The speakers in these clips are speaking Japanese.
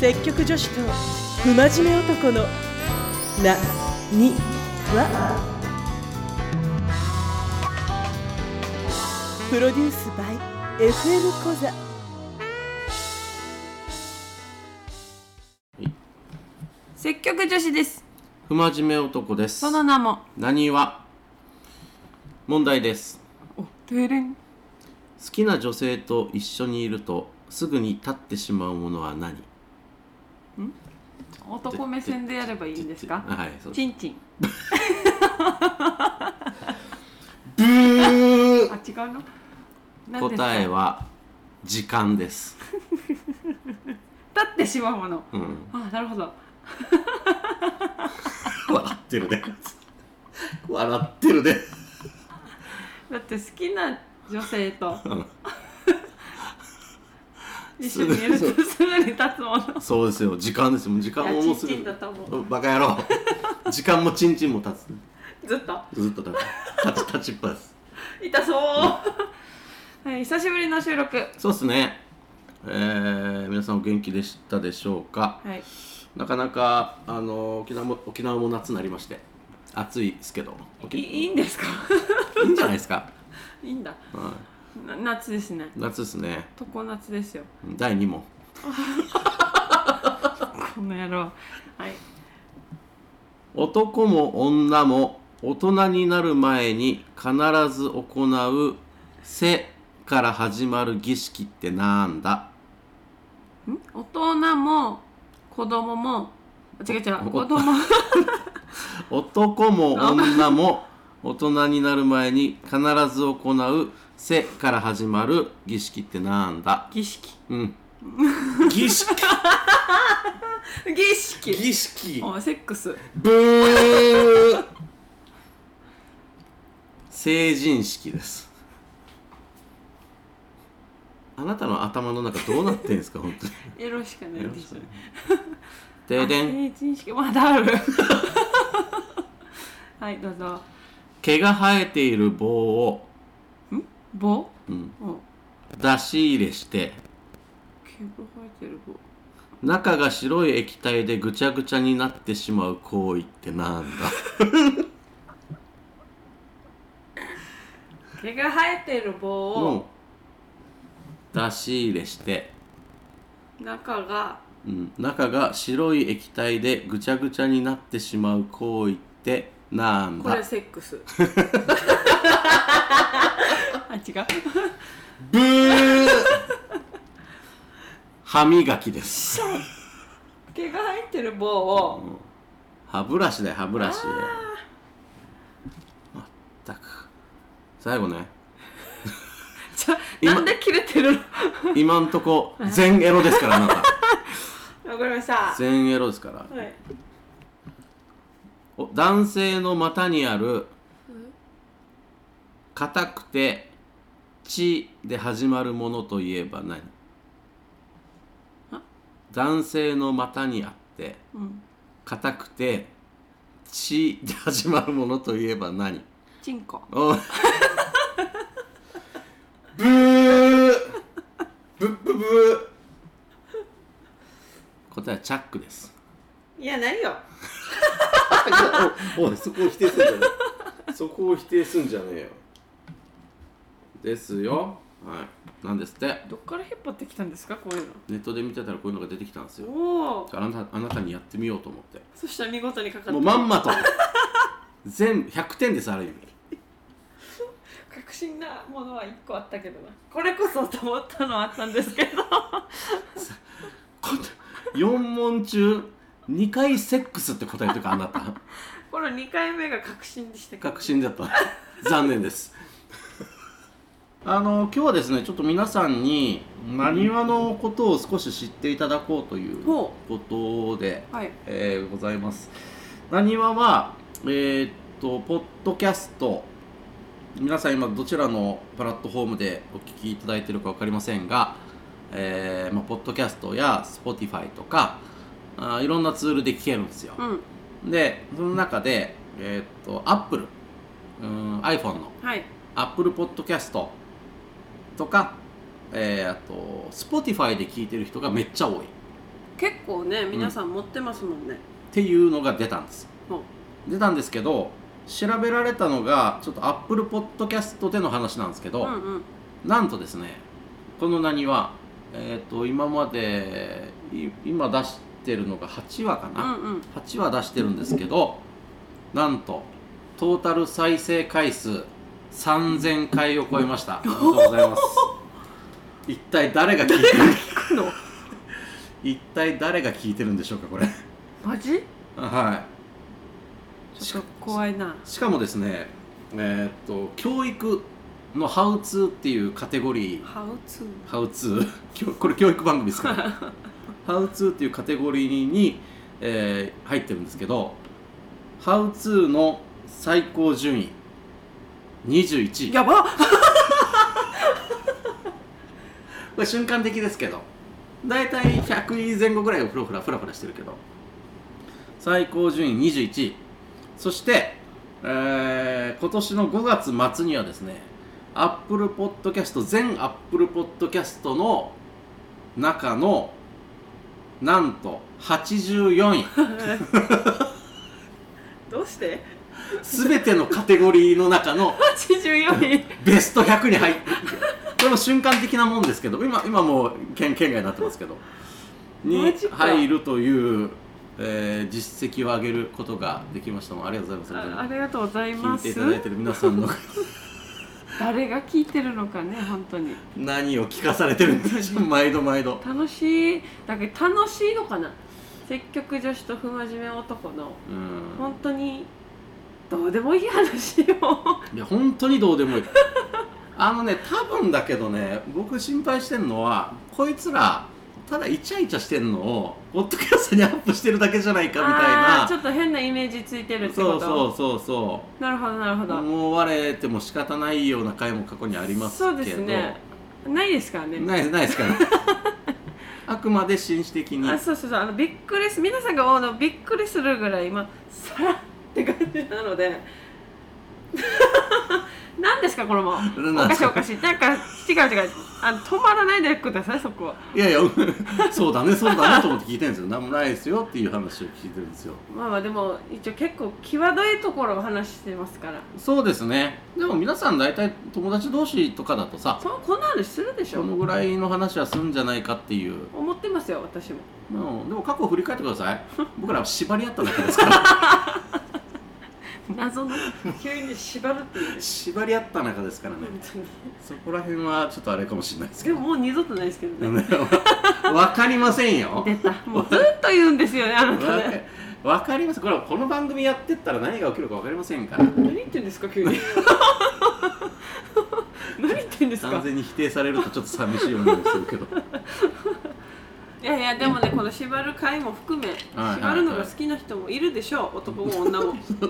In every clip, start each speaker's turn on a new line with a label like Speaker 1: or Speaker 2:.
Speaker 1: 積極女子と不真面目男のなにはプロデュース by FM 小座
Speaker 2: 積極女子です
Speaker 3: 不真面目男です
Speaker 2: その名も
Speaker 3: 何は問題です
Speaker 2: おトゥルン
Speaker 3: 好きな女性と一緒にいるとすぐに立ってしまうものは何
Speaker 2: 男目線でやればいいんですか
Speaker 3: あはいそうです
Speaker 2: チンチン
Speaker 3: ブ
Speaker 2: あ
Speaker 3: ー
Speaker 2: 違うの何ですか
Speaker 3: 答えは時間です
Speaker 2: 立ってしまうもの
Speaker 3: うん
Speaker 2: あなるほど
Speaker 3: 笑ってるね笑ってるね
Speaker 2: だって好きな女性 と
Speaker 3: ん
Speaker 2: 一緒にいるとすぐに立つもの
Speaker 3: そうですよ時間ですよもう時間
Speaker 2: い
Speaker 3: も
Speaker 2: や
Speaker 3: も
Speaker 2: チ
Speaker 3: う
Speaker 2: ン
Speaker 3: す
Speaker 2: チンだ
Speaker 3: ぐ
Speaker 2: と思う
Speaker 3: バカ野郎時間もチンチンも立
Speaker 2: ずっと
Speaker 3: つずっとだから立ち立ちっぱです
Speaker 2: 痛そうはい久しぶりの収録
Speaker 3: そうっすねえー、皆さんお元気でしたでしょうか
Speaker 2: はい
Speaker 3: なかなかあの沖縄も沖縄も夏になりまして暑いですけど
Speaker 2: い
Speaker 3: 沖
Speaker 2: いいんですか
Speaker 3: いいんじゃないですか、
Speaker 2: いいんだ
Speaker 3: は
Speaker 2: な夏ですね
Speaker 3: い、夏ですね
Speaker 2: 常夏ですよ
Speaker 3: 第2問
Speaker 2: この野郎はい
Speaker 3: 男も女も大人になる前に必ず行う「せ」から始まる儀式ってなんだ
Speaker 2: 大人も子供もあ違う違う
Speaker 3: お
Speaker 2: 子供
Speaker 3: 男も女も大人になる前に必ず行う「せ」から始まる儀式ってなんだ
Speaker 2: 儀式
Speaker 3: うん儀式
Speaker 2: 儀式
Speaker 3: 儀式
Speaker 2: おセックス
Speaker 3: ブー成人式ですあなたの頭の中どうなってんですか本当に
Speaker 2: エロしかないですよね
Speaker 3: 停電
Speaker 2: 成人式まだある はいどうぞ
Speaker 3: 毛が生えている棒を、
Speaker 2: 棒
Speaker 3: うん、
Speaker 2: お毛
Speaker 3: 出し入れして
Speaker 2: が生えてる棒
Speaker 3: 中が白い液体でぐちゃぐちゃになってしまう行為ってなんだ
Speaker 2: 毛が生えてる棒
Speaker 3: を
Speaker 2: を
Speaker 3: 出し入れして、
Speaker 2: 中が
Speaker 3: うん、中が白い液体でぐちゃぐちゃになってしまう行為ってなん
Speaker 2: こ
Speaker 3: だ
Speaker 2: れセック スあ違う
Speaker 3: ブー歯磨きです、
Speaker 2: 毛が生えてる棒を
Speaker 3: うん歯ブラシだよ歯ブラシまったく最後ね
Speaker 2: ちょ
Speaker 3: 今
Speaker 2: なんで切れてるの
Speaker 3: 今んとこ全エロですからあなた
Speaker 2: わかりましたは
Speaker 3: 全エロです から
Speaker 2: い
Speaker 3: お男性の股にある硬くて「血」で始まるものといえば何
Speaker 2: あ
Speaker 3: 男性の股にあって
Speaker 2: うん
Speaker 3: 硬くて「血」で始まるものといえば何
Speaker 2: チンコ
Speaker 3: お ブーブッブブー答えはチャックです
Speaker 2: いやないよ
Speaker 3: おおいそこを否定すんじゃねえそこを否定すんじゃねえよですよはいなんですって
Speaker 2: どっから引っ張ってきたんですかこういうの
Speaker 3: ネットで見てたらこういうのが出てきたんですよ
Speaker 2: おお
Speaker 3: あなたあなたにやってみようと思って
Speaker 2: そしたら見事にかかった
Speaker 3: もうまんまと全部100点ですある意味
Speaker 2: 確信なものは一個あったけどなこれこそと思ったのはあったんですけ ど
Speaker 3: 4問中2回セックスって答えとかあなた
Speaker 2: この2回目が確信でしたけど
Speaker 3: 確信だった残念ですあの今日はですねちょっと皆さんになにわのことを少し知っていただこうという
Speaker 2: ほ
Speaker 3: ことで、
Speaker 2: はい
Speaker 3: えーございますなにわはえーっとポッドキャスト皆さん今どちらのプラットフォームでお聞きいただいているか分かりませんが、えーまあ、ポッドキャストや Spotify とかあーいろんなツールで聞けるんですよ、
Speaker 2: うん
Speaker 3: でその中でえーっと Apple うーん iPhone の
Speaker 2: はい
Speaker 3: Apple Podcast とか、えーあと Spotify で聞いてる人がめっちゃ多い
Speaker 2: 結構ね皆さん持ってますもんね、
Speaker 3: ていうのが出たんです
Speaker 2: ほ
Speaker 3: 出たんですけど調べられたのがちょっとアップルポッドキャストでの話なんですけ
Speaker 2: う
Speaker 3: ど、
Speaker 2: うんうん
Speaker 3: なんとですねこの何は、えー、と今までい今出してるのが8話か
Speaker 2: う
Speaker 3: な、
Speaker 2: んうん
Speaker 3: 8話出してるんですけどなんとトータル再生回数3000回を超えましたありがとうございます一体誰が聞いてる
Speaker 2: 聞くの
Speaker 3: 一体誰が聞いてるんでしょうかこれ
Speaker 2: マジ
Speaker 3: は
Speaker 2: ちょっと怖いない
Speaker 3: しかもですねえっ、と教育の「ハウツー」っていうカテゴリー
Speaker 2: ハウツー
Speaker 3: ハウツー 教これ教育番組ですからハウツーっていうカテゴリーに、えー入ってるんですけどハウツーの最高順位21位
Speaker 2: やばっ
Speaker 3: これ瞬間的ですけど大体100位前後ぐらいがフラフラフラフラしてるけど最高順位21位そして、えー今年の5月末にはですねアップルポッドキャスト全アップルポッドキャストの中のなんと84位
Speaker 2: どうして
Speaker 3: 全てのカテゴリーの中の
Speaker 2: 84位
Speaker 3: ベスト100に入ってこれも瞬間的なもんですけど今今もう県県外になってますけどに
Speaker 2: マジか
Speaker 3: 入るという、えー実績を上げることができましたもんありがとうございます
Speaker 2: あありがとうございま
Speaker 3: 聞い
Speaker 2: す
Speaker 3: ていただいてる皆さんの
Speaker 2: 誰が聞いてるのかね本当に
Speaker 3: 何を聞かされてるんでしょう毎度毎度、
Speaker 2: 楽しいだけど楽しいのかな積極女子と不真面目男の
Speaker 3: うん、
Speaker 2: 本当にどうでもいい話を
Speaker 3: いや本当にどうでもいいあのね多分だけどね僕心配してんのはこいつらただイチャイチャしてんのをポッドキャストにアップしてるだけじゃないかみたい
Speaker 2: あー
Speaker 3: な
Speaker 2: ちょっと変なイメージついてるってこと
Speaker 3: そうそうそうそ
Speaker 2: なるほどなるほ
Speaker 3: う
Speaker 2: ど、
Speaker 3: 思われても仕方ないような回も過去にありますけど
Speaker 2: そうですねないですからね
Speaker 3: ないない ですからあくまで紳士的に
Speaker 2: あそうそうそうあのびっくりす皆さんが思うのびっくりするぐらい今さらって感じなので 何ですかこれも
Speaker 3: 何
Speaker 2: おか
Speaker 3: です
Speaker 2: しい
Speaker 3: か
Speaker 2: おかしいなんか違う違うあの止まらないでくださいそこはい
Speaker 3: やい やそうだねそうだねと思って聞いてるんですよ何もないですよっていう話を聞いてるんですよ
Speaker 2: まあまあでも一応結構際どいところを話してますから
Speaker 3: そうですねでも皆さん大体友達同士とかだとさ
Speaker 2: そうこんな話するでし
Speaker 3: こ
Speaker 2: ょ
Speaker 3: のぐらいの話はすんじゃないかっていう、
Speaker 2: 思ってますよ私も
Speaker 3: うんでも過去を振り返ってくださ い僕らは縛り合っただけですから
Speaker 2: 謎の 急に縛るっていうね
Speaker 3: 縛り合った中ですからね
Speaker 2: 本当に
Speaker 3: そこら辺はちょっとあれかもしれないですけ
Speaker 2: で
Speaker 3: ど
Speaker 2: ももう二度とないですけどね
Speaker 3: ね わかりませんよ。
Speaker 2: 出 たもうずっと言うんですよねあなた
Speaker 3: わ
Speaker 2: ね
Speaker 3: か わかります。これはこの番組やってったら何が起きるかわかりませんから。
Speaker 2: 何言ってんですか急 に何言ってんです
Speaker 3: 完
Speaker 2: か
Speaker 3: 全に否定されるとちょっと寂しい思いもするけど。
Speaker 2: いやいやでもねこの縛る会も含め
Speaker 3: はい
Speaker 2: 縛るのが好きな人もいるでしょう男も女も縛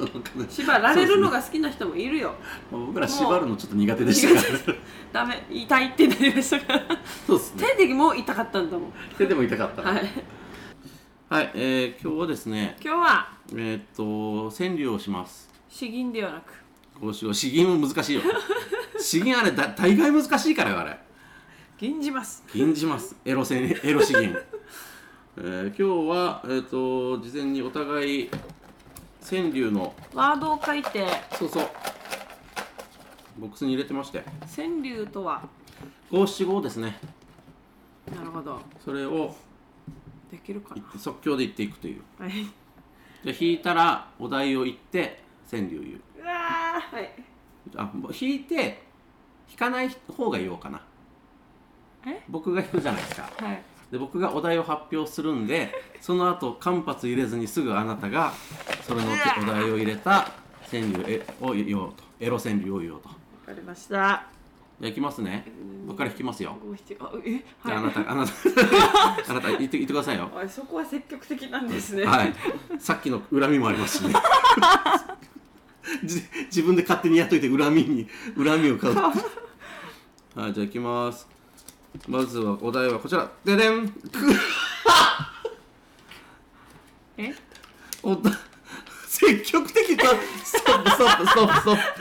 Speaker 3: 縛
Speaker 2: られるのが好きな人もいるよ
Speaker 3: 僕ら縛るのちょっと苦手でしたから、ね。
Speaker 2: ダメ痛いってなりましたから
Speaker 3: そうですね。
Speaker 2: 手でも痛かったんだもん
Speaker 3: 手でも痛かった。
Speaker 2: はい
Speaker 3: はい、えー今日はですね、
Speaker 2: 今日は
Speaker 3: えーっと川柳をします。
Speaker 2: 詩吟ではなく
Speaker 3: こうしよう。詩吟も難しいよ。 詩吟あれだ大概難しいからよあれ。
Speaker 2: 吟じます
Speaker 3: 禁じますエロせんエロ資源、えー今日は、えー、と事前にお互い川柳の
Speaker 2: ワードを書いて
Speaker 3: そうそうボックスに入れてまして
Speaker 2: 川柳とは
Speaker 3: 五七五ですね
Speaker 2: なるほど
Speaker 3: それを
Speaker 2: できるか
Speaker 3: 言
Speaker 2: な
Speaker 3: って即興で言っていくという
Speaker 2: はい
Speaker 3: じゃあ引いたらお題を言って川柳を言う
Speaker 2: うわーはい
Speaker 3: あもう引いて引かない方が言おうかな
Speaker 2: え
Speaker 3: 僕が引くじゃないですか
Speaker 2: はい
Speaker 3: で僕がお題を発表するんでその後間髪入れずにすぐあなたがそれのお題を入れた川柳えを言おうとエロ川柳を言おうと
Speaker 2: わかりました
Speaker 3: じゃあいきますね僕から引きますよ
Speaker 2: 五七あえ
Speaker 3: じ
Speaker 2: はい
Speaker 3: ゃああなたあなた あなた言って言ってくださいよ
Speaker 2: あそこは積極的なんですね、
Speaker 3: はいさっきの恨みもありますしねじ自分で勝手にやっといて恨みに恨みを買うはいじゃあいきますまずはお題はこちらででん
Speaker 2: え
Speaker 3: おっと積極的だストップストップストップストップス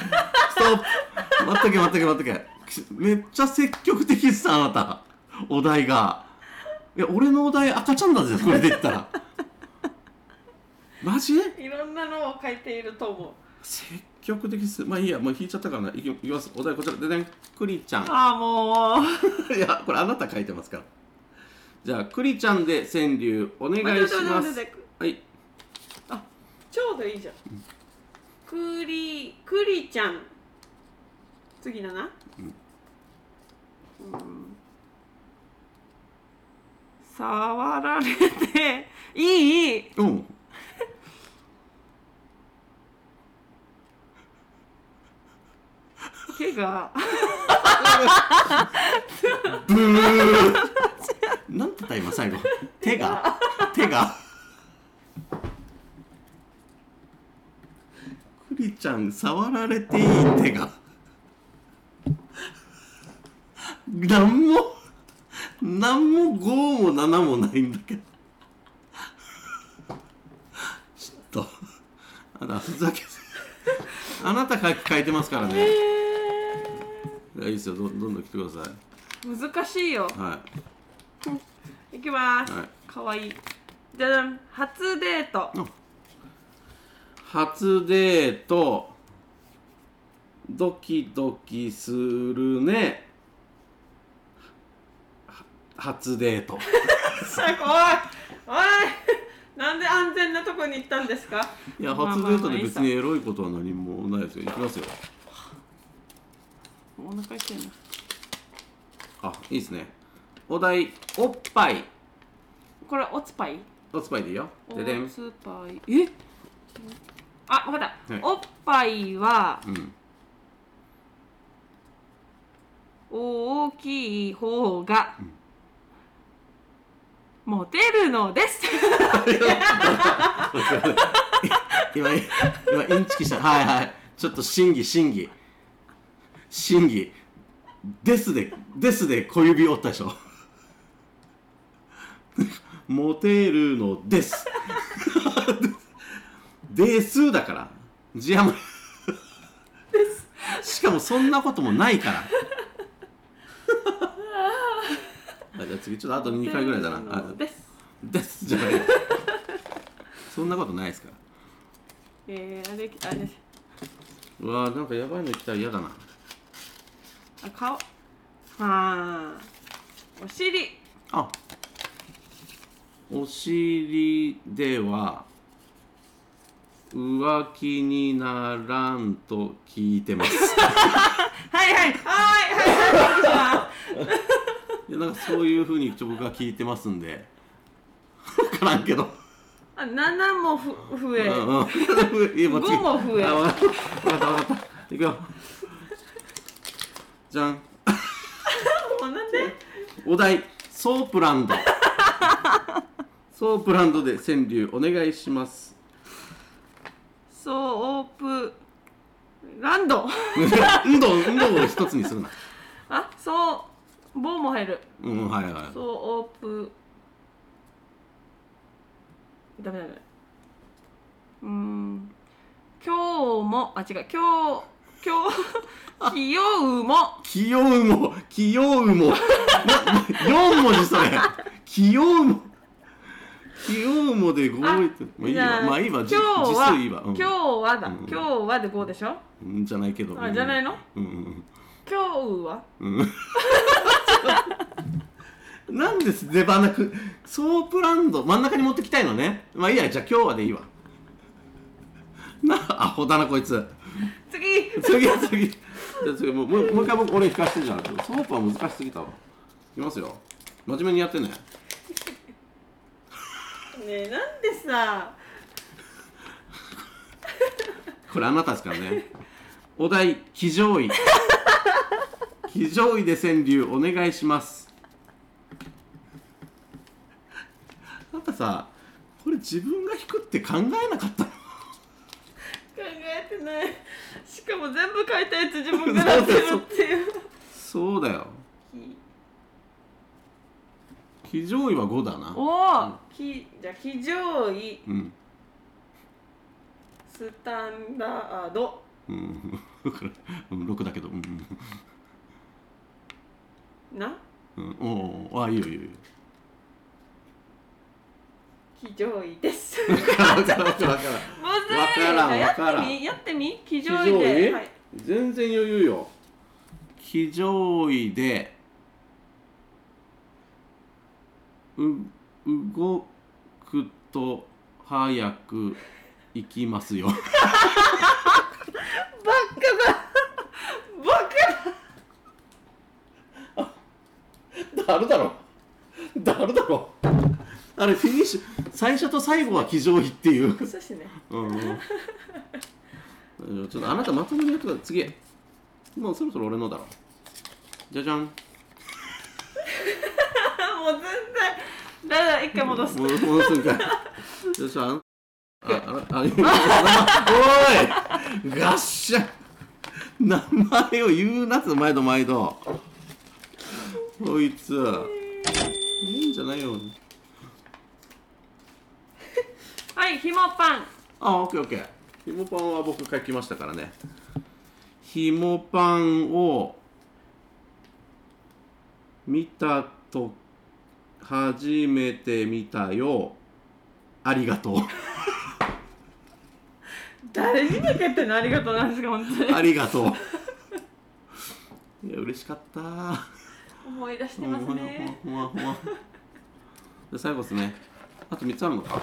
Speaker 3: トップ待っとけ待っとけ待っとけめっちゃ積極的っすあなたお題がいや俺のお題赤ちゃんだぜこれで言ったらマジ
Speaker 2: いろんなのを書いていると思う
Speaker 3: 積極的ですまあいいやもう引いちゃったからないきいきますお題こちらでねクリちゃん
Speaker 2: ああもう
Speaker 3: いやこれあなた書いてますからじゃあクリちゃんで川柳お願いしま
Speaker 2: 待って待って待っ
Speaker 3: す
Speaker 2: て
Speaker 3: はい
Speaker 2: ちょうどいいじゃんくりくりちゃん次だなうん触られていいいい
Speaker 3: うん
Speaker 2: 手が
Speaker 3: ブーなんて言った今最後手が手がクリちゃん触られていい手がなんもなんも5も7もないんだけどちょっとあらふざけあなた書き書いてますからねいやいいですよどんどんどん来てくださ
Speaker 2: 難しいよ
Speaker 3: いはい
Speaker 2: きます、
Speaker 3: はい
Speaker 2: かわいいじゃじゃん初デー ト
Speaker 3: 初デートドキドキするねは初デート
Speaker 2: おいおいなんで安全なとこに行ったんですか
Speaker 3: いや
Speaker 2: まあ
Speaker 3: 初デ
Speaker 2: まあ
Speaker 3: ートで別にエロいことは何もないですよいきますよ
Speaker 2: お腹痛いな
Speaker 3: あいいですねお題おっぱい
Speaker 2: これおつぱい
Speaker 3: おっぱいでいいよ
Speaker 2: お
Speaker 3: ででん
Speaker 2: つぱいえあわかった、
Speaker 3: はい
Speaker 2: おっぱいは
Speaker 3: うん
Speaker 2: 大きい方が、モテるのです
Speaker 3: 今今インチキしたはいはいちょっと審議審議審議ですでですで小指折ったでしょモテるのですですだから字余りしかもそんなこともないからはいじゃあ次ちょっとあと2回ぐらいだなあ
Speaker 2: です
Speaker 3: ですじゃないそんなことないですから
Speaker 2: えー、あれあれです
Speaker 3: うわーなんかやばいの来たら嫌だな
Speaker 2: あ顔はあお尻
Speaker 3: あお尻では浮気にならんと聞いてます
Speaker 2: はいはいはいはいはい
Speaker 3: やなんかそういうふうに一応僕は聞いてます んで分からんけど
Speaker 2: いはい7もふ増え
Speaker 3: うんうん いや間違え
Speaker 2: 五も増え
Speaker 3: あわかったわかったわかったいくよじゃん
Speaker 2: もうなんで
Speaker 3: お題ソープ ランドソープランドで川柳お願いします
Speaker 2: ソープランド
Speaker 3: 運動運動を一つにするな。
Speaker 2: あそう棒も入る
Speaker 3: うんはいは
Speaker 2: そうオープダメダメうーん今日もあ違う今日今日 気負うも
Speaker 3: い。気負うも気負うも。な四文字それ。気負うも。気負うもで五
Speaker 2: あ
Speaker 3: いって。まあいい
Speaker 2: じ
Speaker 3: わ
Speaker 2: ゃあ
Speaker 3: まあいいわ。
Speaker 2: 今
Speaker 3: じ
Speaker 2: 日
Speaker 3: 字
Speaker 2: は
Speaker 3: 数いいわ。うん
Speaker 2: 今日はだ、
Speaker 3: うん
Speaker 2: 今日はで5でしょ
Speaker 3: うんじゃないけど。
Speaker 2: あじゃない
Speaker 3: の。
Speaker 2: の
Speaker 3: うん
Speaker 2: 今日は
Speaker 3: うんうん。なんです出花くソープランド真ん中に持ってきたいのね。まあいいやじゃあ今日はでいいわ。なアホだなこいつ。
Speaker 2: 次
Speaker 3: 次次じゃあ次もうもうもう一回僕俺弾かせてじゃんソープは難しすぎたわいきますよ真面目にやってね
Speaker 2: ねえなんでさ
Speaker 3: これあなたですからねお題「騎乗位」「騎乗位」で川柳お願いしますあなたさこれ自分が弾くって考えなかったの
Speaker 2: 考えてないしかも全部書いたやつ自分がなってるっていう
Speaker 3: そうだよ 騎乗位は5だな
Speaker 2: おお、きじゃあ非常位
Speaker 3: うん
Speaker 2: スタンダード
Speaker 3: うん だからうん6だけどうんうん
Speaker 2: な
Speaker 3: うん、おうおうあいいよいいよいいよ
Speaker 2: 気上位です。
Speaker 3: わからんわからんわ
Speaker 2: むず
Speaker 3: からん
Speaker 2: い
Speaker 3: わからん
Speaker 2: や
Speaker 3: わ
Speaker 2: っ
Speaker 3: から
Speaker 2: て
Speaker 3: ん
Speaker 2: みやってみ気
Speaker 3: 気
Speaker 2: 上位で、はい、
Speaker 3: 全然余裕よ気上位でう動くと早く行きます よ
Speaker 2: バカだバカだ
Speaker 3: だるだろだるだろあれフィニッシュ最初と最後は気上位って いう
Speaker 2: そうですね
Speaker 3: うんちょっとあなたまともにやってください次もうそろそろ俺のだろじゃじゃん
Speaker 2: もう全然だだ一回戻す、
Speaker 3: 戻す戻すんかいよっしゃああああおいガッシャ名前を言うなって毎度毎度こいついいんじゃないよ
Speaker 2: はいひもパン
Speaker 3: あオッケーオッケーひもパンは僕書きましたからねひもパンを見たと初めて見たよありがとう
Speaker 2: 誰に向けてのありがとうなんですか本当に
Speaker 3: ありがとう。いや、嬉しかった。
Speaker 2: 思い出して
Speaker 3: ほわ
Speaker 2: ます
Speaker 3: ほわ
Speaker 2: ね
Speaker 3: ほわほわ。で、最後ですね。あと三つあるのか。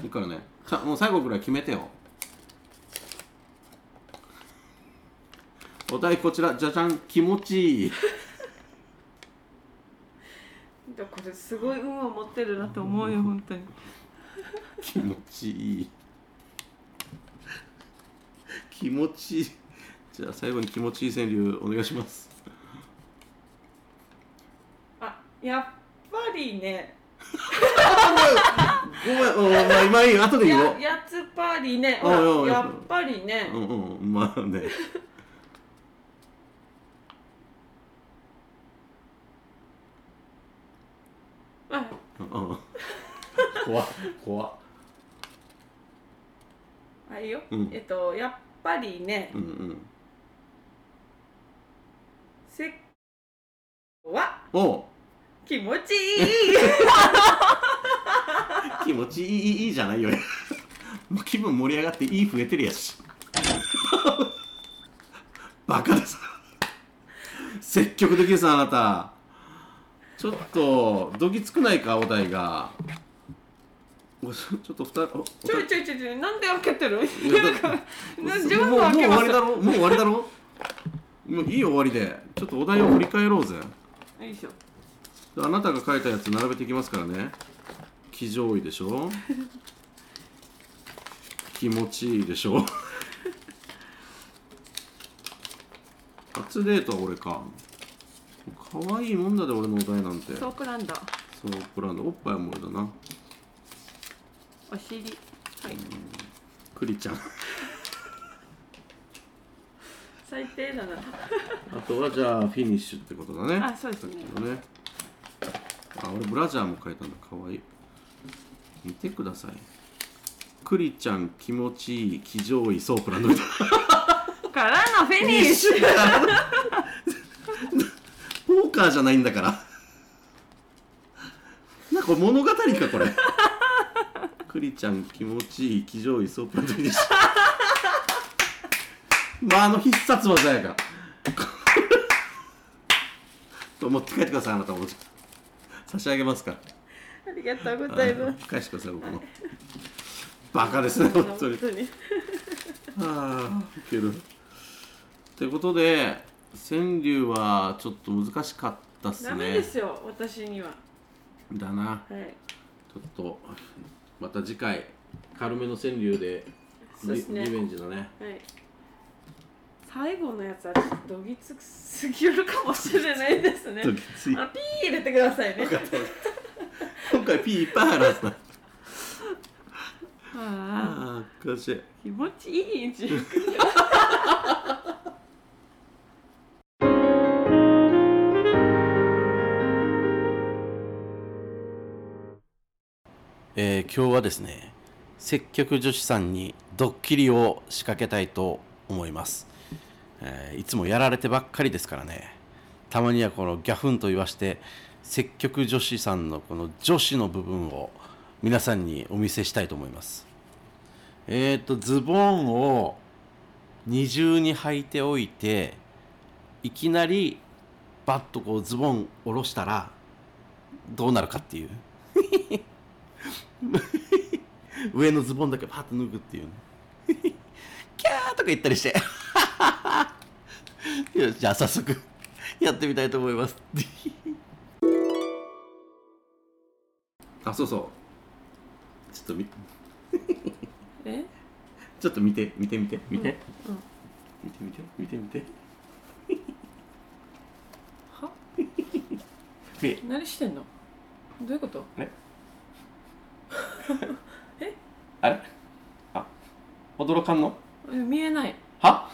Speaker 3: いいからね。さもう最後ぐらい決めてよ。お題こちら、じゃじゃん、気持ちいい。
Speaker 2: でもこれすごい運を持ってるなと思うよ本当に
Speaker 3: 気持ちいい。気持ちいい。じゃあ最後に気持ちいい川柳お願いします。
Speaker 2: あやっぱりね
Speaker 3: ごめん、うん、まあ、今いいよ、後で言おう
Speaker 2: や。やつぱりね
Speaker 3: おいおいお
Speaker 2: ほ
Speaker 3: い
Speaker 2: らやっぱりね、
Speaker 3: うんうんまあね
Speaker 2: あ
Speaker 3: うん怖っ怖っ
Speaker 2: あいいよ、
Speaker 3: うん
Speaker 2: えっとやっぱりね、
Speaker 3: うんうん
Speaker 2: せっは
Speaker 3: おう
Speaker 2: 気持ちいい
Speaker 3: 気持ちいいいいいいじゃないよもう気分盛り上がっていい増えてるやしバカださ積極的ですあなたちょっとどぎつくないかお題がおちょちょっとふたおお
Speaker 2: ちょいちょいちょいちょいなんで開けてる
Speaker 3: いやだ
Speaker 2: なんか
Speaker 3: も
Speaker 2: な
Speaker 3: う
Speaker 2: 上手開け
Speaker 3: もうもう終わ
Speaker 2: ま
Speaker 3: り
Speaker 2: す
Speaker 3: だろもう終わりだろもういいよ終わりでちょっとお題を振り返ろうぜ
Speaker 2: よいしょ
Speaker 3: あなたが書いたやつ並べていきますからね気上位でしょ気持ちいいでしょ 初デートは俺か可愛いもんだで俺のお題なんて
Speaker 2: ソープランド
Speaker 3: そうプランドおっぱいはもう俺だな
Speaker 2: お尻はい
Speaker 3: クリちゃん
Speaker 2: 最低だな
Speaker 3: あとはじゃあフィニッシュってことだね
Speaker 2: あそうですね
Speaker 3: さっきのねあ俺ブラジャーも書いたんだ可愛い見てくださいクリちゃん気持ちいい気上位ソープランドみたいな
Speaker 2: からのフィニッ シュ
Speaker 3: ポーカーじゃないんだからなんか物語かこれクリちゃん気持ちいい気上位ソープランドフィニッシュまああの必殺技やがと持って帰ってくださいあなたも差し上げますから
Speaker 2: ありがとうござい
Speaker 3: あの
Speaker 2: ます
Speaker 3: 返してください僕もバカですね本当
Speaker 2: 本
Speaker 3: に
Speaker 2: 当に
Speaker 3: はあ、いける。ということで、川柳はちょっと難しかったっすね。
Speaker 2: ダメですよ私には
Speaker 3: だな。
Speaker 2: はい
Speaker 3: ちょっと、また次回、軽めの川柳で、
Speaker 2: そうですね
Speaker 3: リリベンジだね。
Speaker 2: はい最後のやつはちょっとどぎつくすぎるかもしれないですね
Speaker 3: ちょっときつい
Speaker 2: あピー入れてくださいね
Speaker 3: 今回ピーいっぱいあるさ。
Speaker 2: ああ
Speaker 3: ああ、悔しい。
Speaker 2: 気持ちいいじ
Speaker 3: えー今日はですね接客女子さんにドッキリを仕掛けたいと思います、えーいつもやられてばっかりですからねたまにはこのギャフンと言わして、積極女子さんのこの女子の部分を皆さんにお見せしたいと思いますえっ、とズボンを二重に履いておいていきなりバッとこうズボン下ろしたらどうなるかっていう上のズボンだけパッと脱ぐっていうね キャーとか言ったりして よしじゃあ早速やってみたいと思います あそうそうちょっとみ
Speaker 2: え
Speaker 3: ちょっと見て見て見て見て、
Speaker 2: うんうん
Speaker 3: 見て見て見て見て
Speaker 2: は
Speaker 3: 見て
Speaker 2: 何してんのどういうこと
Speaker 3: ね
Speaker 2: え
Speaker 3: あれあ驚かんの
Speaker 2: え見えない
Speaker 3: は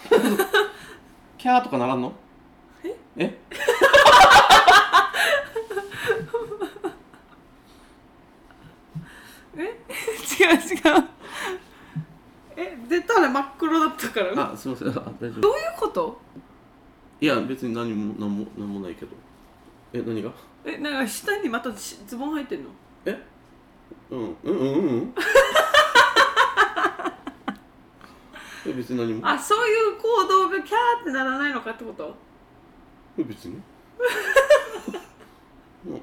Speaker 3: キャーとかならんのええ
Speaker 2: え 違う違うえ出たら真っ黒だったからど
Speaker 3: あすいませんあ大丈
Speaker 2: う
Speaker 3: 夫
Speaker 2: いうこと
Speaker 3: いや別に何も何も何もないけどえ何が
Speaker 2: えなんか下にまたしズボン入ってんの
Speaker 3: えうんうんうんうんうん え別に何も
Speaker 2: あそういう行動がキャーってならないのかってこと
Speaker 3: え別に な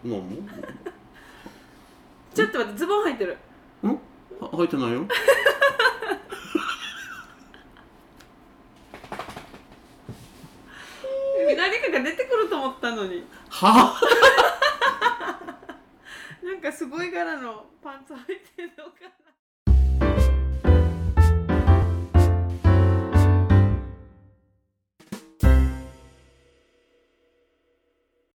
Speaker 3: 何も
Speaker 2: ちょっと待ってズボン入ってる
Speaker 3: んは入ってないよ
Speaker 2: え何かが出てくると思ったのに
Speaker 3: は
Speaker 2: なんかすごい柄のパンツ履いてるのか